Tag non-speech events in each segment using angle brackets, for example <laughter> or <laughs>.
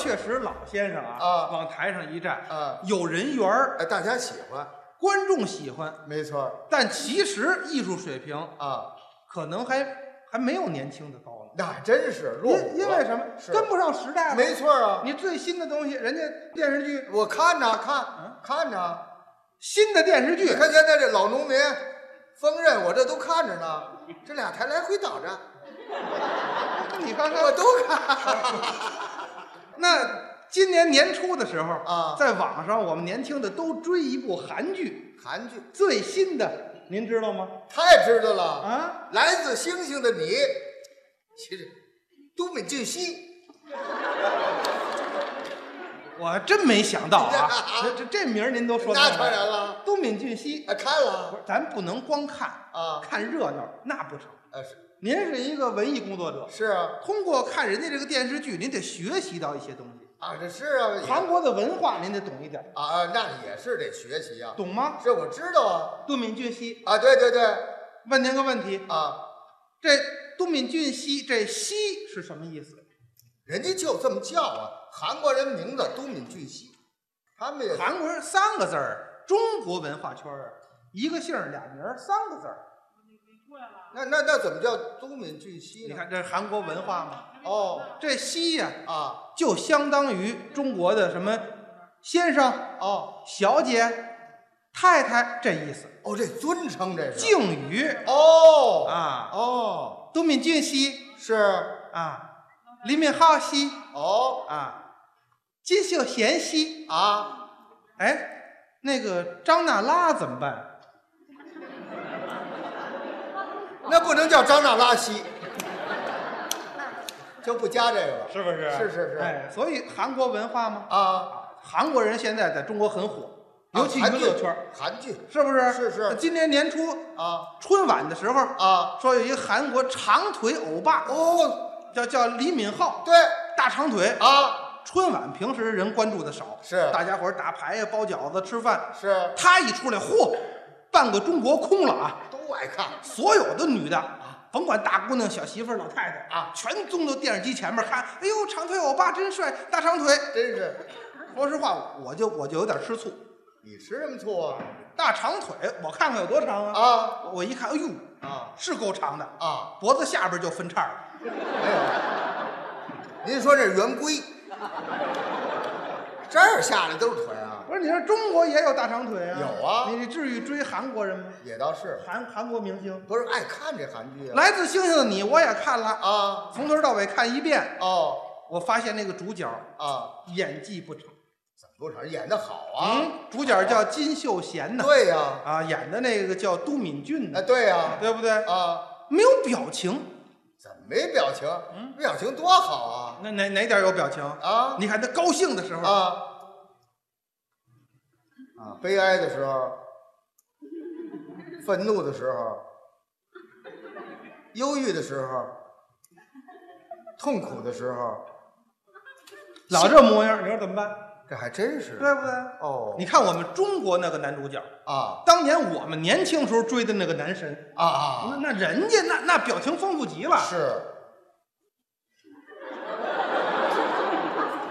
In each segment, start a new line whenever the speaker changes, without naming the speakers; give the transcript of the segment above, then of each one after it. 确实老先生啊，
啊
往台上一站，
啊，
有人缘儿，
哎，大家喜欢，
观众喜欢，
没错儿
但其实艺术水平
啊，
可能还还没有年轻的高呢。
那还真是落伍了
因因为什么？
是
跟不上时代了。
没错儿啊，
你最新的东西，人家电视剧，
我看着
嗯
看看着，
新的电视剧
你，看现在这老农民烹饪，我这都看着呢，这俩台来回倒着，
你刚
我
刚
都看。
那今年年初的时候
啊
在网上我们年轻的都追一部韩剧，
韩剧
最新的，您知道吗？
太知道了，
啊，
来自星星的你》，其实都美俊熙
我还真没想到
<laughs>
啊，这这这名儿您都说得
那
上
当
来
然了，
都敏俊熙，
啊看
不是
了
咱不能光看，
啊，
看热闹那不成。
呃是
您是一个文艺工作者，
是啊
通过看人家这个电视剧，您得学习到一些东西。
啊这是啊也
韩国的文化您得懂一点，
啊啊那也是得学习啊，
懂吗？
是我知道啊。
都敏俊熙，
啊，对对对，
问您个问题，
啊，
这都敏俊熙这“熙”是什么意思？
人家就这么叫啊。韩国人名字都敏俊熙，他们也
韩国人三个字儿，中国文化圈儿啊一个姓儿俩名儿三个字儿，
那那那怎么叫都敏俊熙
你
呢？
看这是韩国文化吗？
哦
这“熙”呀，
啊
就相当于中国的什么先生、
哦
小姐、太太这意思，
哦，这尊称这是
敬语
哦
啊。
哦
都敏俊熙
是
啊，李敏镐熙
哦
啊，金秀贤熙。
啊，
哎，那个张娜拉怎么办？
那不能叫张娜拉西，就不加这个了
是不是
是是是
哎，所以韩国文化吗？
啊。
韩国人现在在中国很火，尤其
啊
娱乐圈儿，，
韩剧
是不是？
是是
今年年初
啊
春晚的时候，
啊
说有一个韩国长腿欧巴，
哦，
叫叫李敏镐，
对
大长腿。
啊
春晚平时人关注的少，
是
大家伙儿打牌呀、包饺子、吃饭。
是
他一出来，嚯，半个中国空了啊！
都爱看 <laughs>
所有的女的，甭管大姑娘、小媳妇儿、老太太
啊
全踪到电视机前面看。哎呦，长腿欧巴真帅，大长腿。
真是。
说实话，我就我就有点吃醋。
你吃什么醋啊？
大长腿，我看看有多长啊？
啊
我一看，哎呦，
啊
是够长的，
啊！
脖子下边就分叉了。
没有，您说这圆规，这儿下来都是腿啊？
不是，你说中国也有大长腿啊？
有啊
你至于追韩国人吗？
也倒是，
韩韩国明星。
不是爱看这韩剧啊？
来自星星的你，我也看了，
啊
从头到尾看一遍。
哦
我发现那个主角
啊，
演技不差
怎么不成？演的好啊！
嗯，主角叫金秀贤呢，
对呀，
啊，演的那个叫都敏俊
哎
呢，
对呀，
对不对？
啊，
没有表情，
怎么没表情？表情多好啊！
那哪哪点有表情？
啊
你看他高兴的时候，
啊啊！悲哀的时候，愤怒的时候，忧郁的时候，痛苦的时候，
老这模样，你说怎么办？
这还真是
对不对？
哦
你看我们中国那个男主角，
啊
当年我们年轻时候追的那个男神，那
啊！
那人家那那表情丰富极了，
是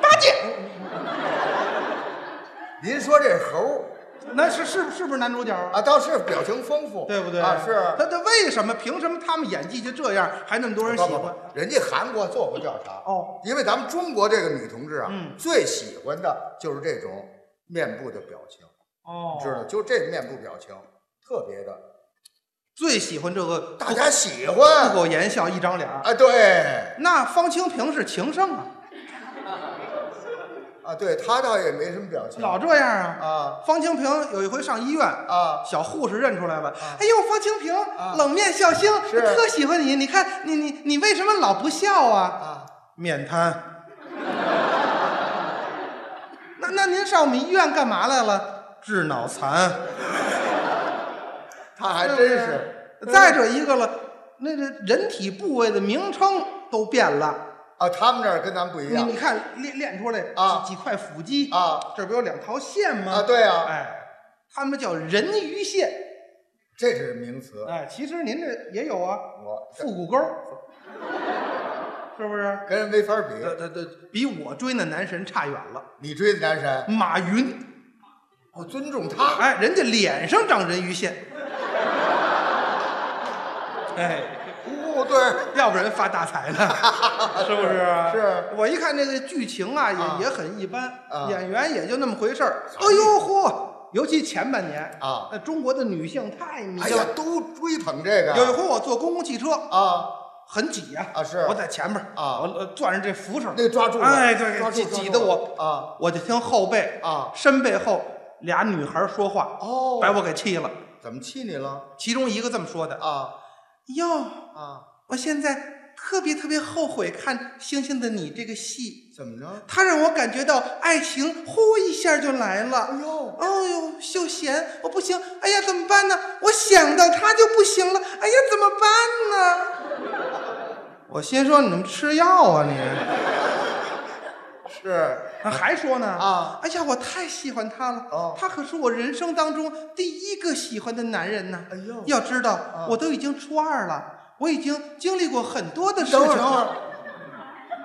八戒，
您说这猴
那是是是不是男主角啊？
啊，倒是表情丰富，
对不对？
啊？是
他他为什么？凭什么他们演技就这样，还那么多人喜
不不
欢？
不，人家韩国做过调查
哦，
因为咱们中国这个女同志啊，
嗯
最喜欢的就是这种面部的表情。
哦
知道，就这面部表情特别的，
最喜欢这个
大家喜
不
欢
苟言笑，一张脸儿。
啊，对
那方清平是情圣啊，
啊，对他倒也没什么表情
老这样啊。
啊
方清平有一回上医院，
啊，
小护士认出来了，哎呦，方清平，
啊
冷面笑星，
是
特喜欢你。你看你你你为什么老不笑啊？
啊，
面瘫。 <laughs> 那那您上我们医院干嘛来了？治脑残。
他还真
对不对
是嗯
再者一个了，那这人体部位的名称都变了。
啊，他们这儿跟咱们不一
你
样
你看练练出来
啊
几几块腹肌，
啊
这不有两条线吗？
啊，对啊，
哎，他们叫人鱼线。
这是名词，
嗯哎，其实您这也有啊，
我
腹股沟，是不是？
跟人没法比。
这这这比我追那男神差远了。
你追的男神，
马云，
我尊重他，
哎，人家脸上长人鱼线， <laughs> 哎，
不哦对，
要不然发大财
<laughs>
了，是不是？
是
我一看这个剧情啊，也、
啊
也很一般，
啊
演员也就那么回事儿。哎呦嚯！尤其前半年
啊
那中国的女性太迷
哎
了。
呀，都追捧这个
有一回我坐公共汽车，
啊，
很挤呀、
哎啊是
我在前边儿
啊
我呃攥着这扶手，
那抓住了，
哎对
抓住
挤挤
抓住
得我
啊
我就听后背
啊，
身背后俩女孩说话，
哦，
把我给气了。
怎么气你了
其中一个这么说的
啊：“
哟，
啊？
我现在特别特别后悔看《星星的你》这个戏，
怎么着？
它让我感觉到爱情呼一下就来了。
哎呦，
哦呦，秀贤，我不行，哎呀，怎么办呢？我想到他就不行了，哎呀，怎么办呢？”我心说：“你们吃药啊你？”
是
啊还说呢
啊！
哎呀，我太喜欢他了，
哦
他可是我人生当中第一个喜欢的男人呢。
哎呦啊
要知道、我都已经初二了，我已经经历过很多的事情。
等会儿等会儿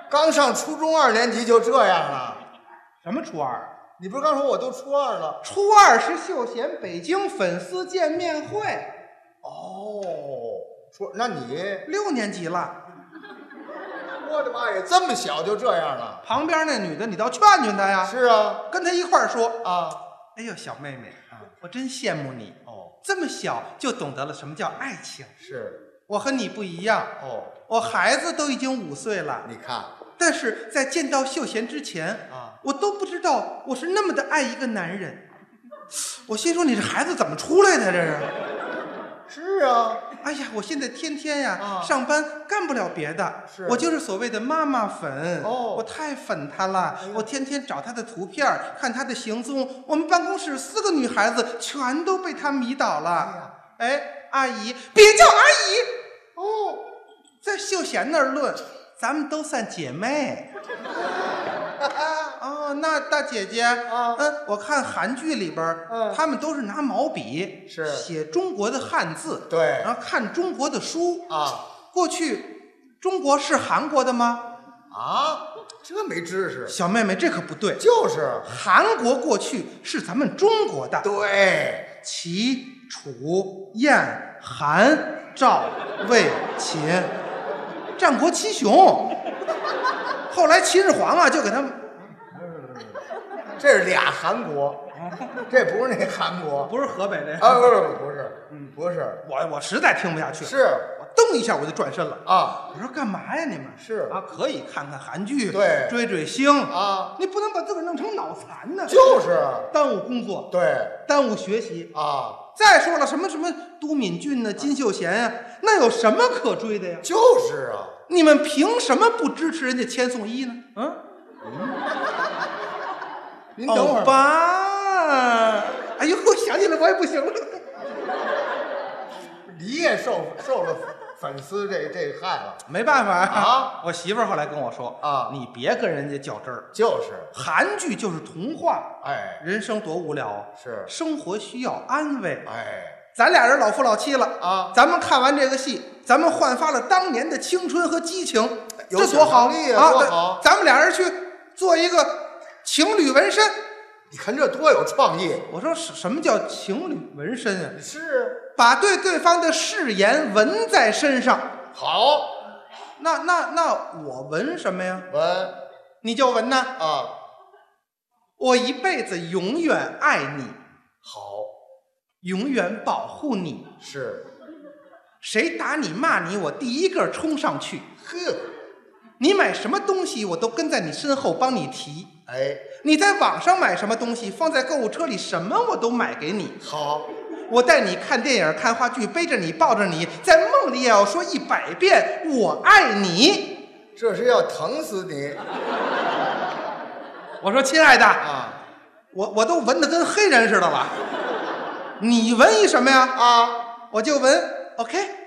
刚上初中二年级就这样了？
什么初二？
你不是刚说我都初二了？
初二是秀贤北京粉丝见面会，
哦，初，那你
六年级了。
我的妈呀，这么小就这样了？
旁边那女的，你倒劝劝她呀，
是啊
跟她一块儿说。
啊，
哎呦，小妹妹啊，我真羡慕你，
哦，
这么小就懂得了什么叫爱情。
是
我和你不一样，
哦，
我孩子都已经五岁了。
你看
但是在见到秀贤之前，
啊，
我都不知道我是那么的爱一个男人。我心说你这孩子怎么出来的？这是，
是啊，
哎呀，我现在天天呀、
啊
上班干不了别的，
是
我就是所谓的妈妈粉。
哦
我太粉他了，
哎呀
我天天找他的图片儿，看他的行踪。我们办公室四个女孩子全都被他迷倒了。哎阿姨，别叫阿姨，
哦，
在秀贤那儿论，咱们都算姐妹。哦，那大姐姐，
啊
嗯，我看韩剧里边儿，
嗯
他们都是拿毛笔
是
写中国的汉字，
对
然后看中国的书。
啊
过去中国是韩国的吗？
啊，这没知识，
小妹妹，这可不对，
就是
韩国过去是咱们中国的，
对，
齐、楚、燕、韩、赵、魏、秦，战国七雄。后来秦始皇啊，就给他们
这是俩韩国，这不是那韩 <laughs> 国
不是河北的，
啊，不是不是，嗯，不是，
我我实在听不下去了，
是
我蹬一下我就转身了。
啊
我说干嘛呀你们？
是
啊，可以看看韩剧，
对
追追星，
啊，
你不能把自个儿弄成脑残呢，
就是啊
耽误工作，
对
耽误学习。
啊，
再说了，什么什么都敏俊呢、金秀贤呀、那有什么可追的呀？
就是啊，
你们凭什么不支持人家千颂伊呢？嗯，
您等会
欧
儿吧，
巴，哦哎呦，我想起来我也不行了。
你也受受了粉丝这这害了，
没办法
啊，
我媳妇儿后来跟我说
啊
你别跟人家较真儿，
就是，
韩剧就是童话，
哎
人生多无聊啊！
是
生活需要安慰。
哎
咱俩人老夫老妻了
啊
咱们看完这个戏，咱们焕发了当年的青春和激情，
有
这多好
想象力啊
啊！
多
对
好
咱们俩人去做一个情侣纹身。
你看这多有创意，
我说什什么叫情侣纹身啊？
是
把对对方的誓言纹在身上。
好
那那那我纹什么呀？
文
你就纹呐！
啊
我一辈子永远爱你，
好
永远保护你。
是，
谁打你骂你，我第一个冲上去。
呵。
你买什么东西，我都跟在你身后帮你提。
哎，
你在网上买什么东西，放在购物车里，什么我都买给你。
好，
我带你看电影、看话剧，背着你、抱着你，在梦里也要说一百遍“我爱你
这是要疼死你”。
我说：“亲爱的，
啊
我我都闻得跟黑人似的了，你闻一什么呀？
啊！
我就闻 OK